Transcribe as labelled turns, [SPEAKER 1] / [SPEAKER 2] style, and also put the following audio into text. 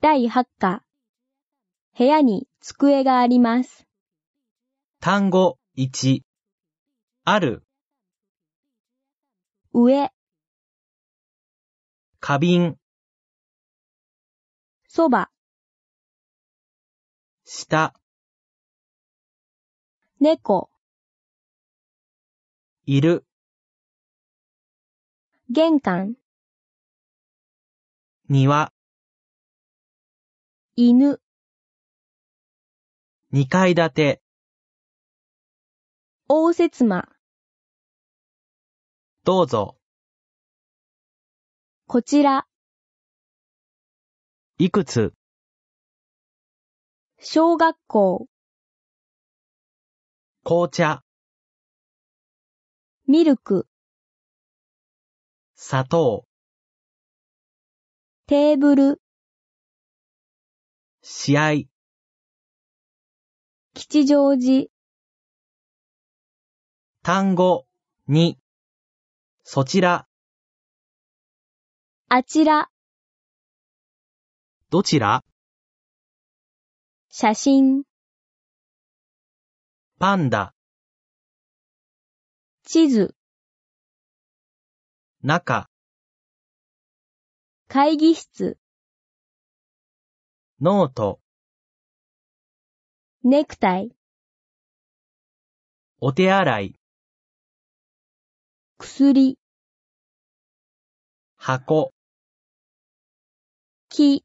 [SPEAKER 1] 第8課。部屋に机があります。
[SPEAKER 2] 単語1、ある、
[SPEAKER 1] 上、
[SPEAKER 2] 花瓶、
[SPEAKER 1] そば、
[SPEAKER 2] 下、
[SPEAKER 1] 猫、
[SPEAKER 2] いる、
[SPEAKER 1] 玄関、
[SPEAKER 2] 庭、
[SPEAKER 1] 犬、
[SPEAKER 2] 二階建て、
[SPEAKER 1] 応接間、
[SPEAKER 2] どうぞ、
[SPEAKER 1] こちら、
[SPEAKER 2] いくつ、
[SPEAKER 1] 小学校、
[SPEAKER 2] 紅茶、
[SPEAKER 1] ミルク、
[SPEAKER 2] 砂糖、
[SPEAKER 1] テーブル、
[SPEAKER 2] 試合、
[SPEAKER 1] 吉祥寺、
[SPEAKER 2] 単語2、そちら、
[SPEAKER 1] あちら、
[SPEAKER 2] どちら、
[SPEAKER 1] 写真、
[SPEAKER 2] パンダ、
[SPEAKER 1] 地図、
[SPEAKER 2] 中、
[SPEAKER 1] 会議室、
[SPEAKER 2] ノート、
[SPEAKER 1] ネクタイ、
[SPEAKER 2] お手洗い、
[SPEAKER 1] 薬、
[SPEAKER 2] 箱。
[SPEAKER 1] 木。